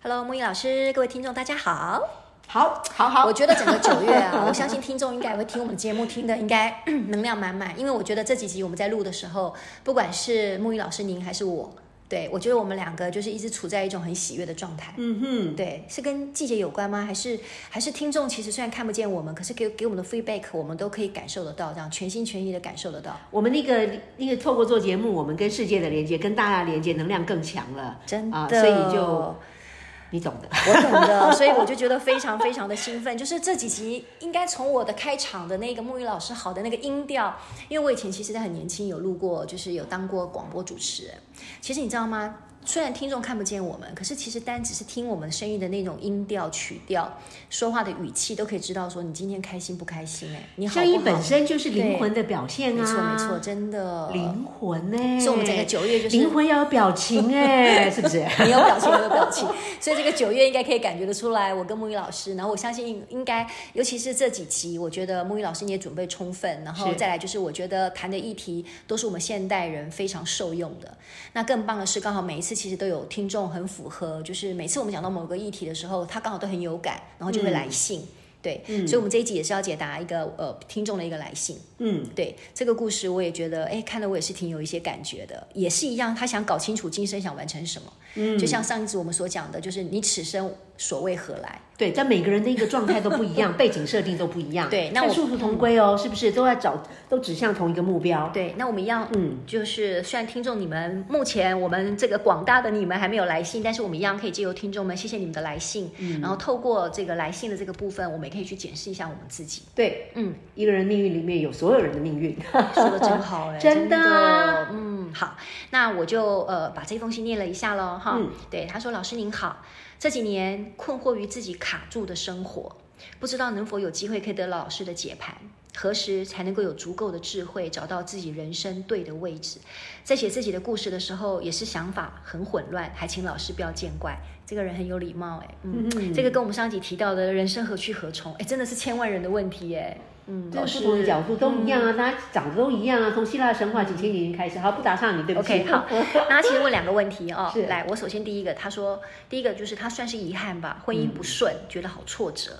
Hello，木易老师，各位听众，大家好。好，好，好我，觉得整个九月啊，我相信听众应该也会听我们节目，听的应该 能量满满。因为我觉得这几集我们在录的时候，不管是木鱼老师您还是我，对我觉得我们两个就是一直处在一种很喜悦的状态。嗯哼，对，是跟季节有关吗？还是还是听众其实虽然看不见我们，可是给给我们的 feedback，我们都可以感受得到，这样全心全意的感受得到。我们那个那个透过做节目，我们跟世界的连接，跟大家的连接，能量更强了，真的，啊所以就你懂的。我懂的，所以我就觉得非常非常的兴奋。就是这几集应该从我的开场的那个木鱼老师好的那个音调，因为我以前其实在很年轻有录过，就是有当过广播主持人。其实你知道吗？虽然听众看不见我们，可是其实单只是听我们声音的那种音调、曲调、说话的语气，都可以知道说你今天开心不开心、哎，你好不好声音本身就是灵魂的表现啊，没错没错，，真的灵魂呢、所以我们整个九月就是灵魂要有表情哎、是不是？没有表情，没有表情。所以这个九月应该可以感觉得出来，我跟木鱼老师，然后我相信应应该，尤其是这几集，我觉得木鱼老师你也准备充分，然后是再来就是我觉得谈的议题都是我们现代人非常受用的。那更棒的是，刚好每一次其实都有听众很符合，就是每次我们讲到某个议题的时候，他刚好都很有感，然后就会来信。对，所以我们这一集也是要解答一个呃听众的一个来信。嗯，对这个故事，我也觉得，哎，看了我也是挺有一些感觉的，也是一样，他想搞清楚今生想完成什么。嗯，就像上一集我们所讲的，就是你此生所为何来？对，但每个人的一个状态都不一 样，背景设定都不一样。对那但我殊途同归哦，是不是？都在找，都指向同一个目标。对，那我们一样，嗯，就是虽然听众你们目前我们这个广大的你们还没有来信，但是我们一样可以借由听众们，谢谢你们的来信，然后透过这个来信的这个部分，我们也可以去检视一下我们自己。对，嗯，一个人命运里面有所有人的 命运。说的真好哎、 真的啊嗯，好，那我就呃把这封信念了一下喽哈。嗯对，他说：“老师您好，这几年困惑于自己卡住的生活，不知道能否有机会可以得到老师的解盘。”何时才能够有足够的智慧找到自己人生对的位置？在写自己的故事的时候，也是想法很混乱，还请老师不要见怪。这个人很有礼貌、哎，嗯，嗯这个跟我们上一集提到的人生何去何从，哎，真的是千万人的问题、哎，嗯，都老是师不同的角度都一样啊，大家长得都一样啊，从希腊神话几千年开始。好，不打岔你，对不起。 OK，好， 那他其实问两个问题哦是。来，我首先第一个，他说第一个就是他算是遗憾嗯吧，婚姻不顺，觉得好挫折。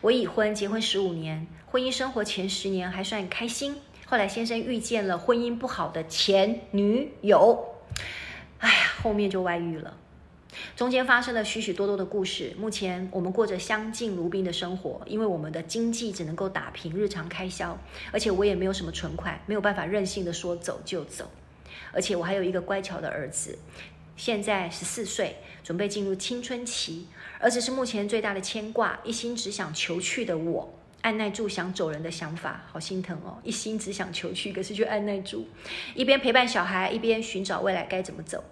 我已婚，结婚十五年，婚姻生活前十年还算开心，后来先生遇见了婚姻不好的前女友，哎呀，后面就外遇了。中间发生了许许多多的故事。目前我们过着相敬如宾的生活，因为我们的经济只能够打平日常开销，而且我也没有什么存款，没有办法任性的说走就走。而且我还有一个乖巧的儿子，现在十四岁，准备进入青春期。儿子是目前最大的牵挂，一心只想求去的我，按耐住想走人的想法，好心疼哦！一心只想求去，可是却按耐住，一边陪伴小孩，一边寻找未来该怎么走。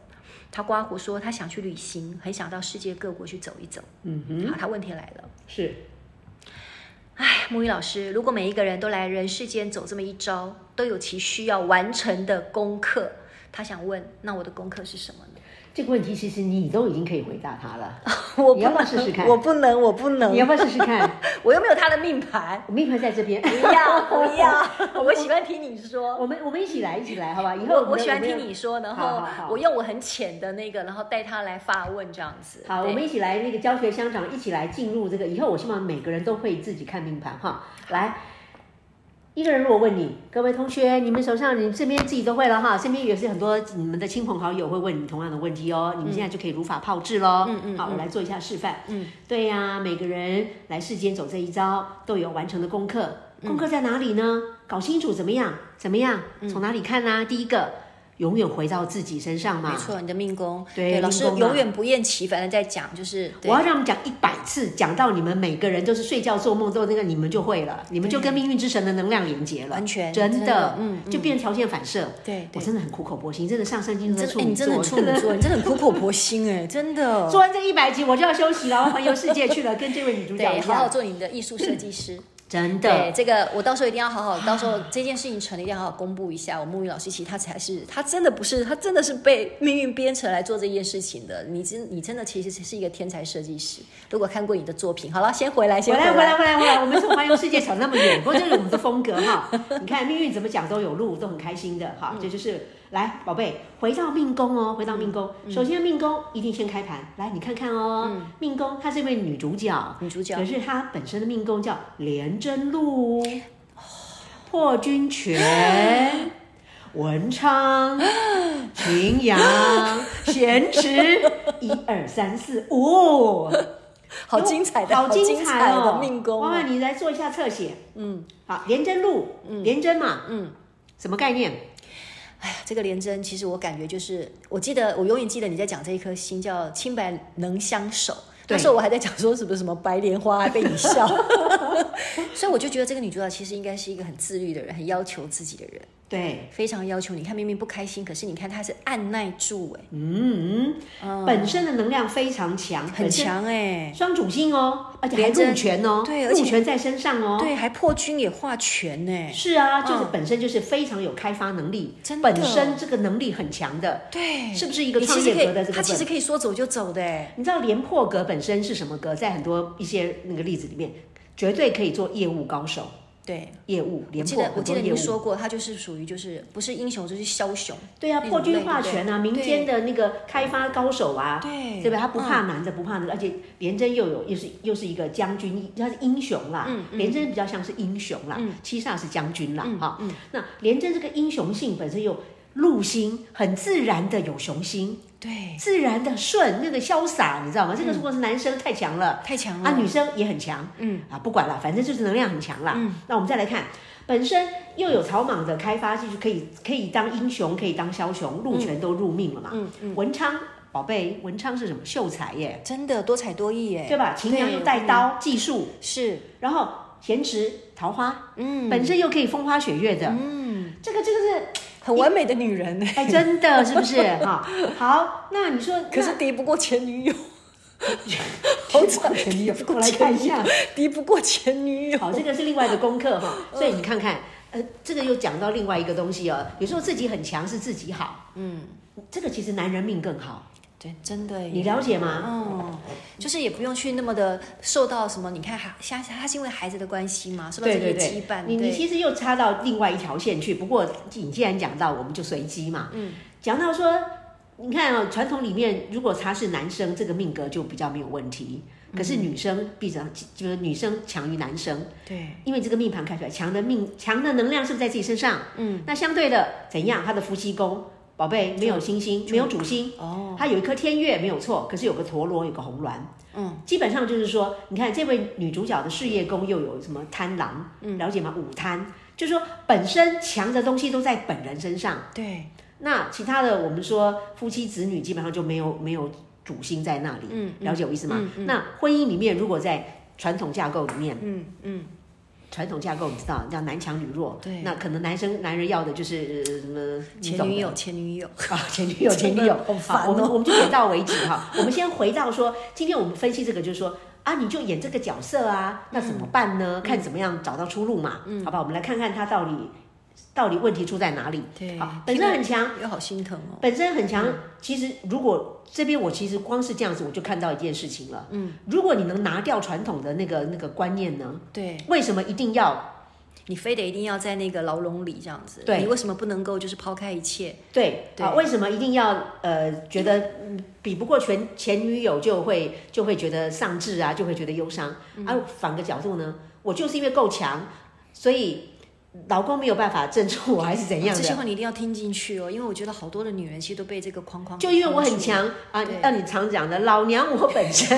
他刮胡说他想去旅行，很想到世界各国去走一走。嗯哼，好，他问题来了。是哎，木鱼老师，如果每一个人都来人世间走这么一遭，都有其需要完成的功课，他想问，那我的功课是什么呢？这个问题，其实你都已经可以回答他了。 我你要不要试 试看我不能，我不能，你要不要试试看？我又没有他的命盘。我们一会儿在这边。 不要不要，我喜欢听你说。我们我们一起来，一起来，好吧？以后我们我喜欢们听你说，然好后好好我用我很浅的那个，然后带他来发问这样子。好，对我们一起来那个教学相长，一起来进入这个。以后我希望每个人都会自己看命盘哈。来，一个人如果问你，各位同学，你们手上你们身边自己都会了哈，身边也是很多你们的亲朋好友会问你同样的问题哦，你们现在就可以如法炮制喽。嗯嗯好，嗯我来做一下示范。嗯，对呀、每个人来世间走这一遭都有完成的嗯功啊课，功课在哪里呢？搞清楚怎么样？怎么样？从哪里看呢、第一个，永远回到自己身上嘛。没错，你的命宫，对老师命宫嘛永远不厌其烦的在讲，就是对我要让你们讲一百次，讲到你们每个人都是睡觉做梦做那个，你们就会了，你们就跟命运之神的能量连接了，完全真真的的，嗯嗯，就变成条件反射。对我对，真的很苦口婆心，真的上升星你座真的处哎，女你真的很处座， 女座，你真的很苦口婆心哎，真的。做完这一百集我就要休息了，我要环游世界去了，跟这位女主角对，一嗯好好样，做你的艺术设计师。真对，的，这个我到时候一定要好好，到时候这件事情成了，一定要好好公布一下。我木鱼老师其实他才是，他真的不是，他真的是被命运编程来做这件事情的。你真，你真的其实是一个天才设计师。如果看过你的作品，好了，先回来，回先来回来来。回来回来，我们从环游世界扯那么远，不过这是我们的风格哈。 你看命运怎么讲都有路，都很开心的嗯哈。这就是来宝贝，回到命宫哦，回到命宫。嗯首先命宫一定先开盘，来你看看哦，命宫她是一位女主角，女主角可是她本身的命宫叫廉贞路、哦破军 权、文昌、群羊、咸池，一二三四哦五。好精彩的，好精精彩彩的哦！命宫哇，哦。你来做一下侧写，嗯，好，连针路，连针嘛，嗯嗯，什么概念？哎呀，这个连针，其实我感觉就是，我记得我永远记得你在讲这一颗心叫清白能相守。对那时候我还在讲说什么什么白莲花，还被你笑， 所以我就觉得这个女主角其实应该是一个很自律的人，很要求自己的人，对，非常要求。你看明明不开心，可是你看她是按耐住、哎、嗯，嗯，本身的能量非常强，很，强哎、双主星哦，而且还连针入权哦，对而且入权在身上哦，对，还破军也化权呢、哎是啊，就是嗯本身就是非常有开发能力，真的本身这个能力很强的，对，是不是一个你创其实业可以格的这她个其本实可以说走就走的、哎你知道廉破格本身是什么格？在很多一些那个例子里面，绝对可以做业务高手，对。业务我廉记破得我很记多得您业务。说过，她就是属于就是不是英雄就是枭雄，对啊，那种破类军化对权啊，对民间的那个开发高手啊，对嗯对吧？他不怕男的，不怕男的，而且廉贞又有又是又是一个将军，他是英雄啦。嗯嗯廉贞比较像是英雄啦，七煞是将军啦，哈、嗯那廉贞这个英雄性本身又入心，很自然的有雄心，对，自然的顺，那个潇洒，你知道吗？这嗯个如果是男生太强了，太强了。啊，女生也很强，嗯嗯啊，不管了，反正就是能量很强啦。嗯，那我们再来看，本身又有草莽的开发技术，可以可以当英雄，可以当枭雄，鹿泉都入命了嘛。嗯文昌宝贝，文昌是什么？秀才耶，真的多才多艺耶，对吧？秦娘又带对，刀技术，嗯是，然后咸池桃花，嗯本身又可以风花雪月的，嗯，这个这个是很完美的女人呢。哎，真的是不 是哈？好，那你说，可是敌不过前 女友，那敌不过前女友，我来看一下。敌不过前女友。 好，这个是另外的功课哈。嗯所以你看看，呃，这个又讲到另外一个东西哦。有时候自己很强是自己好，嗯，这个其实男人命更好，对，真的耶。你了解吗？嗯，就是也不用去那么的受到什么，你看，哈，像他是因为孩子的关系嘛，受到这些羁绊，你对你其实又插到另外一条线去。不过你既然讲到，我们就随机嘛。嗯，讲到说，你看哦，传统里面如果他是男生，这个命格就比较没有问题。可嗯是女生必然就是女生强于男生，对，因为这个命盘看出来，强的命强的能量是不是在自己身上？嗯，那相对的怎样？他的夫妻宫宝贝没有星星，没有主星，嗯哦，他有一颗天月没有错，可是有个陀螺，有个红鸾。嗯，基本上就是说，你看这位女主角的事业宫又有什么贪狼，嗯了解吗？五贪，就是说本身强的东西都在本人身上。对，那其他的，我们说夫妻子女基本上就没有没有主星在那里，嗯了解我意思吗？嗯那婚姻里面如果在传统架构里面，嗯嗯，传统架构你知道叫男强女弱，对那可能男生男人要的就是呃什么你前懂的女友，前女友，啊，前女友，前女友， 真的好烦哦我们我们就点到为 止哈。我们先回到说，今天我们分析这个，就是说啊，你就演这个角色啊，那怎么办嗯呢？看怎么样找到出路嘛，嗯，好吧，我们来看看他到底到底问题出在哪里。对嗯好，本身很强，又好心疼哦。本身很强。其实如果这边我其实光是这样子，我就看到一件事情了，嗯，如果你能拿掉传统的那个那个观念呢，对为什么一定要你非得一定要在那个牢笼里这样子，对你为什么不能够就是抛开一切？对对啊，为什么一定要呃觉得嗯比不过前前女友就会就会觉得丧志嗯啊，就会觉得忧伤、啊？反个角度呢，我就是因为够强，所以老公没有办法镇住我，还是怎样啊这的些？话你一定要听进去哦，因为我觉得好多的女人其实都被这个框框就因为我很框住强啊对，让你常讲的，老娘我本身，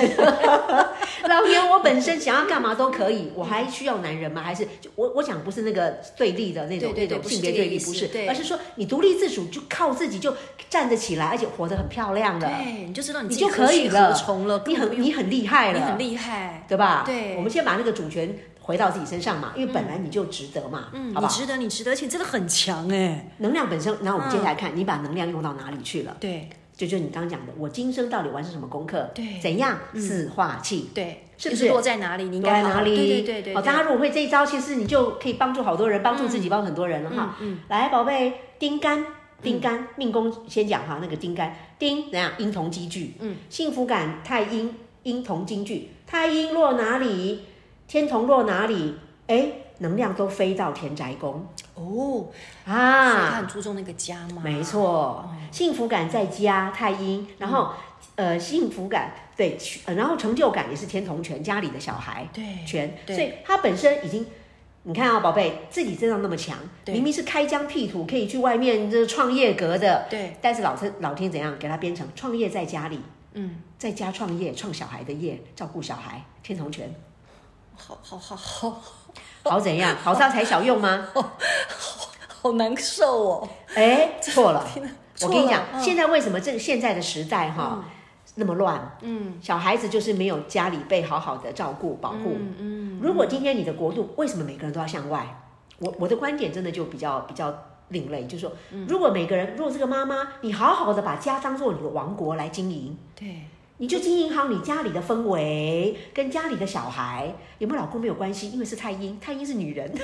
老娘我本身想要干嘛都可嗯以，我还需要男人吗？还是就我我讲不是那个对立的那种对对对那不种是性别这个对立，意思不是对，而是说你独立自主就靠自己就站得起来，而且活得很漂亮了，对，你就知道你你自己就可何去以何了从了，你很你很厉害了，你很厉害，对吧？对我们先把那个主权回到自己身上嘛，因为本来你就值得嘛，嗯，好你不好？值得，你值得，而且你真的很强哎，能量本身，然后我们接嗯下来看、你把能量用到哪里去了。对就就你刚刚讲的，我今生到底完成什么功课？对怎样四化气？对，是就不是是落在哪里，你应应该该好好哪里？对对对对，好，大家如果会这一招，其实你就可以帮助好多人，帮助自己，帮助很多人了哈。嗯来，宝贝，丁干，丁干，命宫先讲哈，那个丁干，丁怎样？阴同积聚，嗯，幸福感太阴，阴同积聚，太阴落哪里？天同落哪里？哎，能量都飞到田宅宫哦，所以啊他。很注重那个家嘛，没，哦错，幸福感在家太阴，嗯然后、呃幸福感对，呃然后成就感也是天同权家里的小孩对，权，对所以他本身已经。你看啊，宝贝，自己真的那么强，对明明是开疆辟土，可以去外面这创业格的，对，但是老天老天怎样给他编成创业在家里，嗯，在家创业，创小孩的业，照顾小孩，天同权，好好好好哦好怎样？好上才小用吗？好难受哦，哎，错 了，我跟你讲，错了嗯现在为什么这个现在的时代哈、那么乱？嗯小孩子就是没有家里被好好的照顾保护。嗯嗯，如果今天你的国度为什么每个人都要向外？我我的观点真的就比较比较另类，就是说，嗯如果每个人，如果这个妈妈，你好好的把家当做你的王国来经营，对，你就经营好你家里的氛围，跟家里的小孩有没有老公没有关系，因为是太阴，太阴是女人，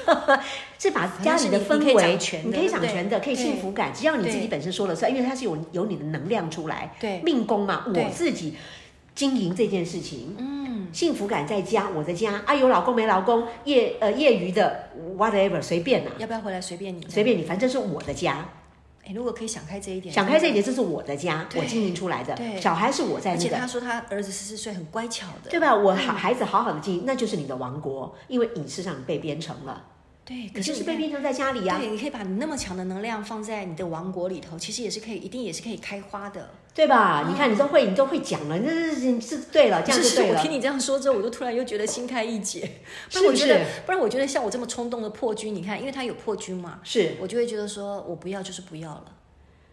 是把家里的氛反正是你你可以围掌权，的你可以掌对不对权的，可以幸福感，只要你对自己本身说了算，因为它是有有你的能量出来，对命宫嘛，对我自己经营这件事情，嗯，幸福感在家，我的家，啊有老公没老公，业呃业余的 whatever 随便啦、要不要回来随便你，随便你，反正是我的家，哎，如果可以想开这一点，想开这一点，这是我的家，对我经营出来的对，小孩是我在而那且个他说他儿子十四岁很乖巧的，对吧？我好孩子好好的经营，那就是你的王国，因为影视上你被编程了，对，哎可你是就是你被看编程在家里啊呀、对，你可以把你那么强的能量放在你的王国里头，其实也是可以，一定也是可以开花的。对吧？你看你都会，你都会讲了，那是你是对了，这样哦是，就是对我了听。你这样说之后，我就突然又觉得心开一解。不是然我不觉得，是不然我觉得像我这么冲动的破军，你看，因为他有破军嘛，是，我就会觉得说我不要就是不要了，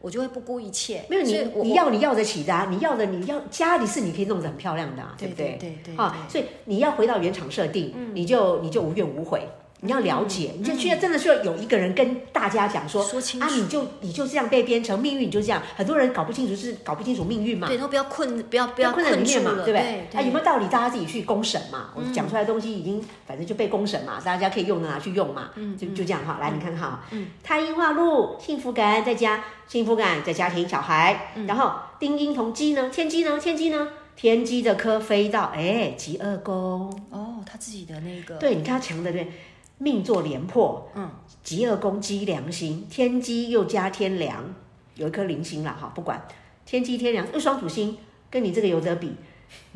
我就会不顾一切。没有所以你我你要你要得起的、啊，你要的你要家里是你可以弄得很漂亮的、啊，对不对？对对对嗯啊，所以你要回到原厂设定，你就你就无怨无悔。你要了解，你就需要真的需要有一个人跟大家讲说，说清楚啊，你就你就这样被编程，命运你就这样，很多人搞不清楚是搞不清楚命运嘛，对，都不要困，不要不要困在里面住嘛，了，对不对嗯对？？啊，有没有道理？大家自己去公审嘛。我讲出来的东西已经反正就被公审嘛，大家可以用的拿去用嘛。嗯就就这样哈。来，你看哈，太阴化禄，幸福感在家，幸福感在家庭小孩，嗯然后丁阴同鸡呢，天机呢，天机呢，天机的科飞到哎极二宫，哦，他自己的那个，对，你看他强的对不对，命作廉破，嗯，极二宫积良心，天机又加天梁，有一颗零星了哈，不管天机天梁又双主星，跟你这个有得比。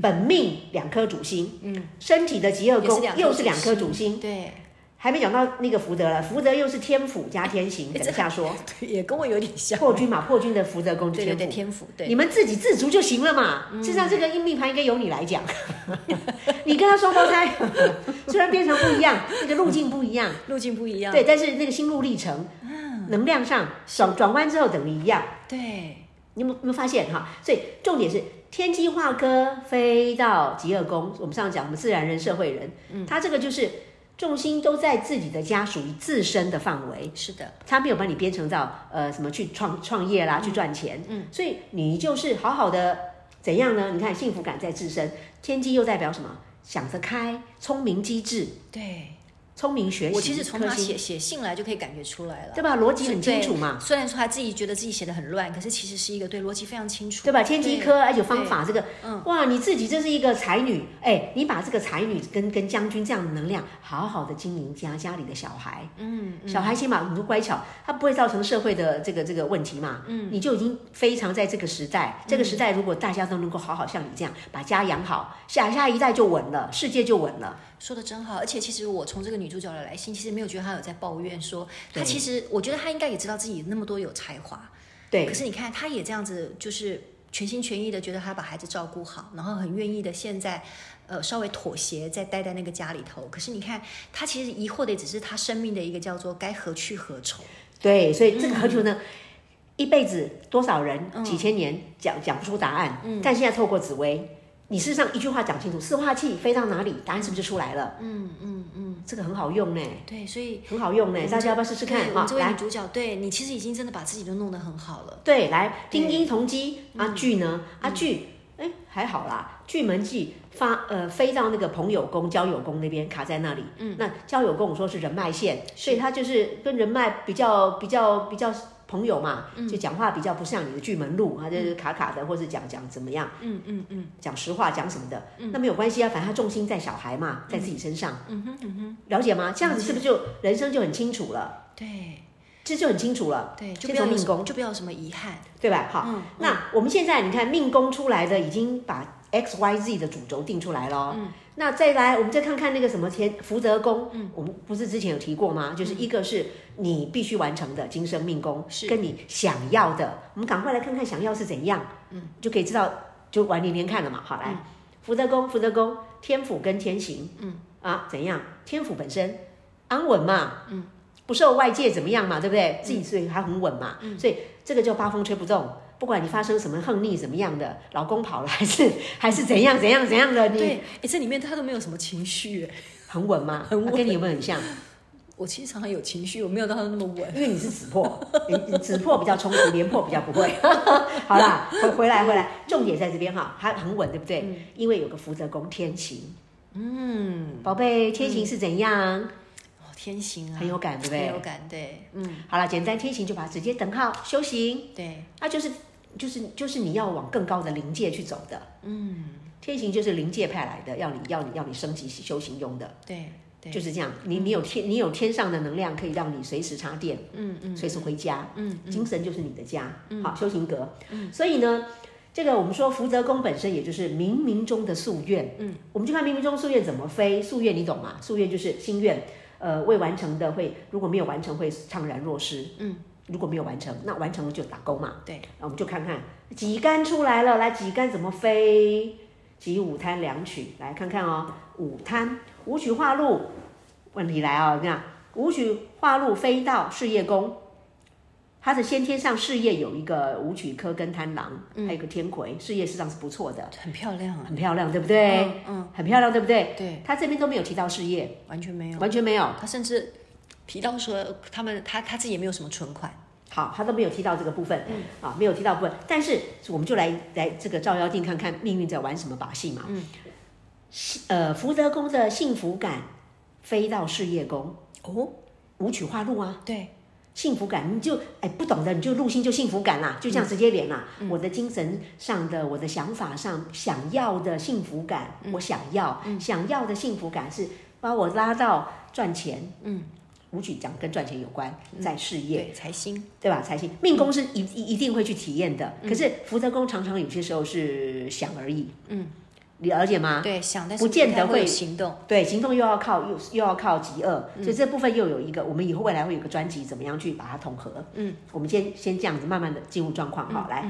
本命两颗主星，嗯，身体的极二也是宫两颗又是两颗主星，对，还没讲到那个福德了，福德又是天府加天刑，哎等一 下说对也跟我有点 像。破军嘛，破军的福德宫就对对天对，府，天赋对你。们自给自足就行了嘛。事实上，这个硬命盘应该由你来讲， 你跟他双胞胎， 虽然变成不一样，那个路径不一样，路径不一样，对，但是那个心路历程，能量上转转弯之后等于一样。对，你有没有有没有发现哈？所以重点是天机化科飞到极恶宫，我们上次讲我们自然人、社会人，他这个就是重心都在自己的家属于自身哎的范围，是的，他没有把你编程到呃什么去创创业啦，去赚钱，嗯，所以你就是好好的怎样呢？你看幸福感在自身，天机又代表什么？想得开，聪明机智，对。聪明学习，我其实从他颗星写写信来就可以感觉出来了，对吧？逻辑很清楚嘛，对虽然说他自己觉得自己写的很乱，可是其实是一个对逻辑非常清楚，对吧？天机科，而且方法这个，嗯哇，你自己这是一个才女，哎，你把这个才女跟跟将军这样的能量，好好的经营家家里的小孩，嗯，小孩起码很多乖巧，他不会造成社会的这个这个问题嘛，嗯，你就已经非常在这个时代，嗯这个时代如果大家都能够好好像你这样把家养好，下下一代就稳了，世界就稳了，说的真好。而且其实我从这个女女主角的来信，其实没有觉得她有在抱怨说，她对其实我觉得她应该也知道自己那么多有才华，对可，是你看她也这样子，就是全心全意的觉得她把孩子照顾好，然后很愿意的现在。呃，稍微妥协，再待在那个家里头。可是你看，她其实疑惑的只是她生命的一个叫做该何去何从。对，所以这个何求呢？嗯一辈子多少人几千年讲讲不出答案，嗯但现在透过紫薇，你事实上一句话讲清楚，四化气飞到哪里，答案是不是就出来了？嗯嗯嗯，这个很好用呢，对，所以很好用呢，大家要不要试试对看我哈们？这位来女，主角，对你其实已经真的把自己都弄得很好了。对，来，丁丁同机，嗯阿巨呢？阿巨，哎，还好啦，巨门记发呃飞到那个朋友宫、交友宫那边卡在那里。嗯，那交友宫我说是人脉线，所以他就是跟人脉比较比较比较朋友嘛，嗯就讲话比较不像你的巨门路啊，就是卡卡的，或是讲讲怎么样，嗯嗯嗯，讲实话讲什么的，那没有关系啊，反正他重心在小孩嘛，在自己身上，嗯哼嗯哼，了解吗？这样子是不是就人生就很清楚了？对这就很清楚了，对，就先不要从有命什宫么，就不要有什么遗憾。对吧？好，嗯那我们现在你看命宫出来的已经把 X Y Z 的主轴定出来了。嗯，那再来我们再看看那个什么田福泽宫，嗯，我们不是之前有提过吗？就是一个是你必须完成的今生命宫，是跟你想要的，我们赶快来看看想要是怎样，嗯，就可以知道就玩连连看了嘛。好，来、福德宫，福德宫天府跟天刑，嗯啊怎样？天府本身安稳嘛，嗯。不受外界怎么样嘛，对嗯不对？自己所以还很稳嘛，所以这个就八风吹不动。不管你发生什么横逆怎么样的，老公跑了还是 还是怎样怎样怎样的，你对，哎，这里面他都没有什么情绪耶，很稳吗？很稳跟你有没有 很像？我其实常常有情绪，我没有到他那么稳。因为你是子破，你你子破比较冲突， 廉破比较不会。好啦，回回来回来，重点在这边哈，它很稳，对不对？因为有个福德宫天行，嗯，宝贝，天行是怎样？哦，天行啊，很有感，对不对？很有感，对，嗯，好啦，简单天行就把它直接等号修行，对，那就是就是就是你要往更高的灵界去走的。嗯，天行就是灵界派来的，要你要你要你升级修行用的，对对，就是这样。你你有天你有天上的能量，可以让你随时插电，嗯嗯随时回家。嗯精神就是你的家。好，修行格。所以呢，这个我们说福泽宫本身也就是冥冥中的夙愿。嗯，我们就看冥冥中夙愿怎么飞。夙愿你懂吗？夙愿就是心愿，呃，未完成的会如果没有完成会怅然若失。嗯，如果没有完成，那完成了就打勾嘛。对，那我们就看看几杆出来了，来几杆怎么飞？集五摊两曲，来看看哦，五摊五曲化禄，问题来哦，你看五曲化禄飞到事业宫，他的先天上事业有一个武曲科跟贪狼，嗯还有个天魁，事业实际上是不错的，很漂亮啊，很漂亮，对不对？嗯嗯，很漂亮，对不对？对，他这边都没有提到事业，完全没有，完全没有。他甚至提到说呃他们他他自己也没有什么存款，好，他都没有提到这个部分，啊，没有提到部分。但是我们就来来这个照妖镜看看命运在玩什么把戏嘛。嗯，呃，福德宫的幸福感飞到事业宫，哦，舞曲化禄啊，对，幸福感你就哎不懂的你就入心就幸福感啦，就这样直接连啦。我的精神上的，我的想法上想要的幸福感，我想要、想要的幸福感是把我拉到赚钱，嗯，舞曲讲跟赚钱有关，在事业。对，财星，对吧？财星命宫是一一一定会去体验的，可是福德宫常常有些时候是想而已，嗯，你了解吗？对，想但是不见得太会有会行动。对，行动又要靠又又要靠极恶，所以这部分又有一个，我们以后未来会有一个专辑，怎么样去把它统合？嗯，我们先先这样子慢慢的进入状况，好，来，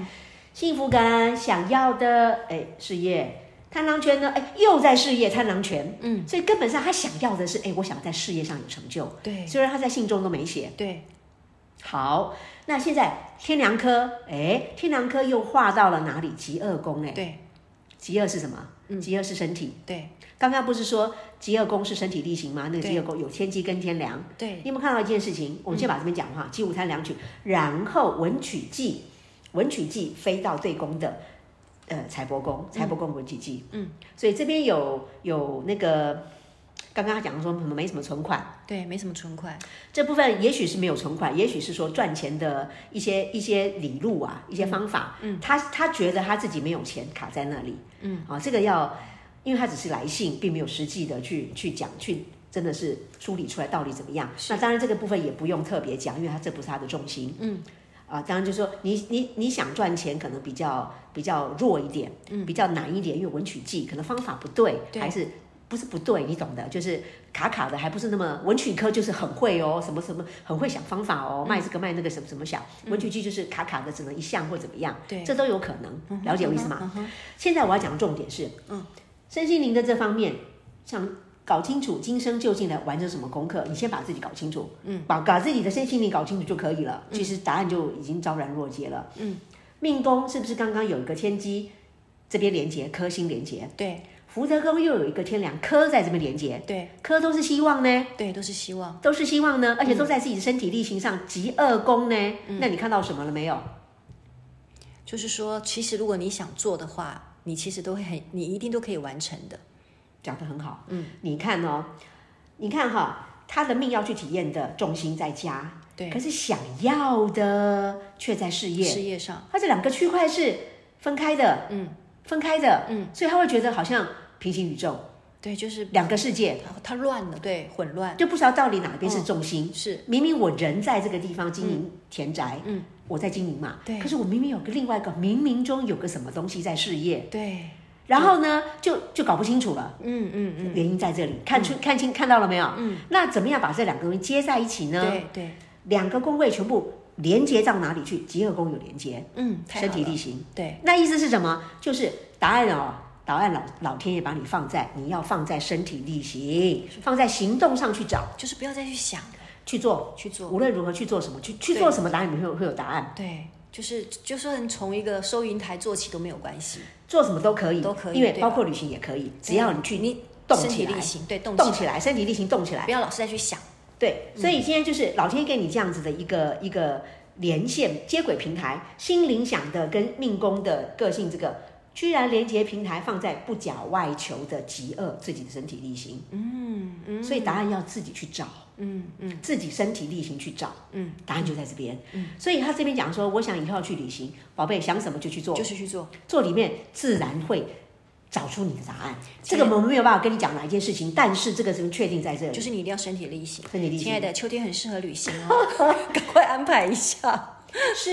幸福感想要的，哎，事业。贪狼拳呢？哎，又在事业贪狼拳，嗯，所以根本上他想要的是，哎，我想在事业上有成就，对虽然他在信中都没写，对，好，那现在天梁科，哎，天梁科又画到了哪里？极恶宫哎，对嗯极恶是什么？极恶是身体。对刚刚不是说极恶宫是身体力行吗？那个对嗯极恶宫有天机跟天梁。对你有没有看到一件事情？我们先把这边讲哈，鸡舞贪两曲，然后文曲记，文曲记飞到对宫的呃财帛宫，嗯财帛宫文曲记，嗯，所以这边有有那个刚刚他讲说什么没什么存款。对，没什么存款，这部分也许是没有存款，也许是说赚钱的一些一些理路啊，一些方法。嗯，他他觉得他自己没有钱卡在那里。嗯，啊，这个要，因为他只是来信，并没有实际的去去讲去。真的是梳理出来到底怎么样？那当然这个部分也不用特别讲，因为他这不是他的重心。嗯，啊，当然就是说你你你想赚钱可能比较比较弱一点，嗯，比较难一点，因为文曲技可能方法不对，对还是不是不对，你懂的，就是卡卡的，还不是那么文曲科，就是很会哦，什么什么很会想方法哦，嗯卖这个卖那个什么什么想，文曲技就是卡卡的，只能一项或怎么样，对这都有可能，了解我意思吗？嗯哼现在我要讲的重点是，嗯，身心灵的这方面，想搞清楚今生究竟来完成什么功课，你先把自己搞清楚，嗯，把把自己的身心灵搞清楚就可以了。其实答案就已经昭然若揭了，嗯，命宫是不是刚刚有一个天机，这边连接颗星连接，对福德宫又有一个天梁科在这边连接，对科都是希望呢。对，都是希望。都是希望呢，而且都在自己的身体力行上，极恶宫呢。那你看到什么了没有？就是说，其实如果你想做的话，你其实都会很，你一定都可以完成的。讲得很好。嗯，你看哦，你看哈、他的命要去体验的重心在家，对，可是想要的却在事业，事业上，他这两个区块是分开的，嗯，分开的，嗯，所以他会觉得好像平行宇宙，对，就是两个世界，它它乱了，对，混乱就不知道到底哪边是重心。哦是明明我人在这个地方经营田宅，嗯，我在经营嘛，对可是我明明有个另外一个，冥冥中有个什么东西在事业，对，然后呢，就就搞不清楚了。嗯嗯嗯，原因在这里，看出、看清看到了没有？嗯，那怎么样把这两个东西接在一起呢？对对，两个宫位全部连接到哪里去？极恶宫有连接，嗯，太好身体了力行。对那意思是什么？就是答案哦，答案老老天爷把你放在，你要放在身体力行，放在行动上去找就是不要再去想了，去做，去做。无论如何去做什么，去去对做什么，答案你会有会有答案，对，就是就算从一个收银台做起都没有关系，做什么都可以，都可以因为对包括旅行也可以，只对要你去你动身起体力来，行，对，动动起起来，身体力行动起来来，。不要老是在去想。对，嗯所以今天就是老天给你这样子的一个一个连线接轨平台，心灵想的跟命宫的个性这个，居然连接平台放在不假外求的极恶自己的身体力行，嗯嗯所以答案要自己去找，嗯嗯自己身体力行去找，嗯，答案就在这边。所以他这边讲说，我想以后要去旅行，宝贝想什么就去做，就是去做。做里面自然会。找出你的答案，这亲个我们没有办法跟你讲哪一件事情，但是这个是确定在这里，就是你一定要身体力行，身体力行亲爱的，秋天很适合旅行哦， 赶快安排一下。是，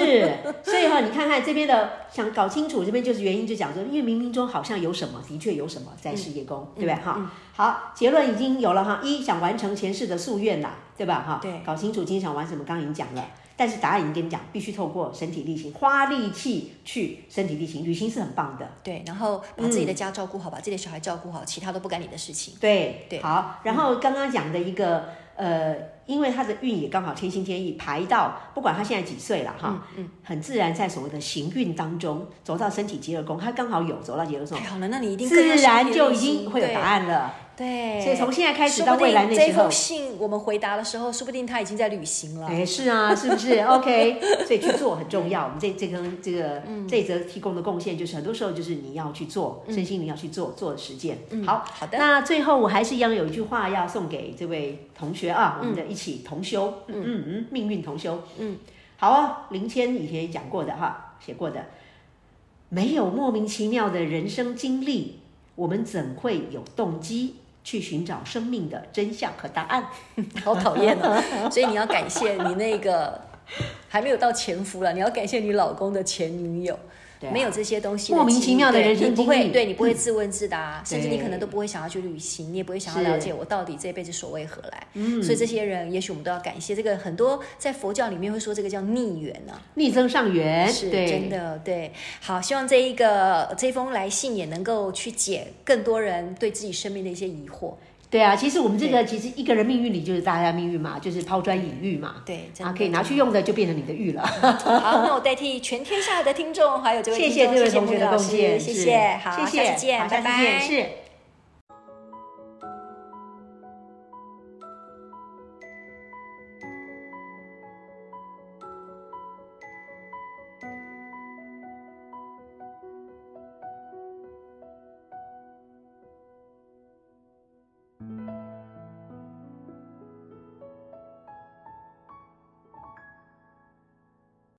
所以哈、你看看这边的，想搞清楚这边就是原因，就讲说，因为冥冥中好像有什么，的确有什么在事业嗯宫，对不对哈？好，结论已经有了哈，一想完成前世的夙愿啦，对吧哈？对搞清楚今天想玩什么，刚刚已经讲了。但是答案已经跟你讲，必须透过身体力行，花力气去身体力行，旅行是很棒的。对，然后把自己的家照顾好，把自己的小孩照顾好，其他都不干你的事情。对对好，然后刚刚讲的一个、呃，因为他的运也刚好天心天意排到，不管他现在几岁了哈，嗯，很自然在所谓的行运当中走到身体极乐宫，他刚好有走到极乐宫太，好了，那你一定更自要身然体力就已行经会有答。案了。对，对所以从现在开始说到不未来定那这时候封。信我们回答的时候， 说不定他已经在旅行了。哎，是啊，是不是？OK，所以去做很重要。我们这这跟这个、嗯这一则提供的贡献，就是很多时候就是你要去做，身心灵要去做，做实践。好，嗯好的那最后我还是一样有一句话要送给这位同学嗯啊，我们的一起同修，嗯嗯嗯，命运同修，嗯，好哦，林谦以前也讲过的哈，写过的，没有莫名其妙的人生经历，我们怎会有动机去寻找生命的真相和答案？ 好讨厌哦！ 所以你要感谢你那个还没有到前夫了，你要感谢你老公的前女友。对啊没有这些东西的经历，莫名其妙的对人生你不经会历对你不会自问自答， 甚至你对可能都不会想要去旅行，你也不会想要了是解我到底这辈子所为何来。嗯所以这些人，也许我们都要感谢这个。很多在佛教里面会说这个叫逆缘啊，逆增上缘，是哎对，真的对。好，希望这一个这封来信也能够去解更多人对自己生命的一些疑惑。对啊，其实我们这个其实一个人命运里就是大家命运嘛，就是抛砖引玉嘛，对，真的嗯啊，可以拿去用的就变成你的玉了。好，那我代替全天下的听众，还有这位谢听 众谢这位同木学鱼的老贡师献，谢是谢，好，谢谢，下次见，好拜下次拜。见，是。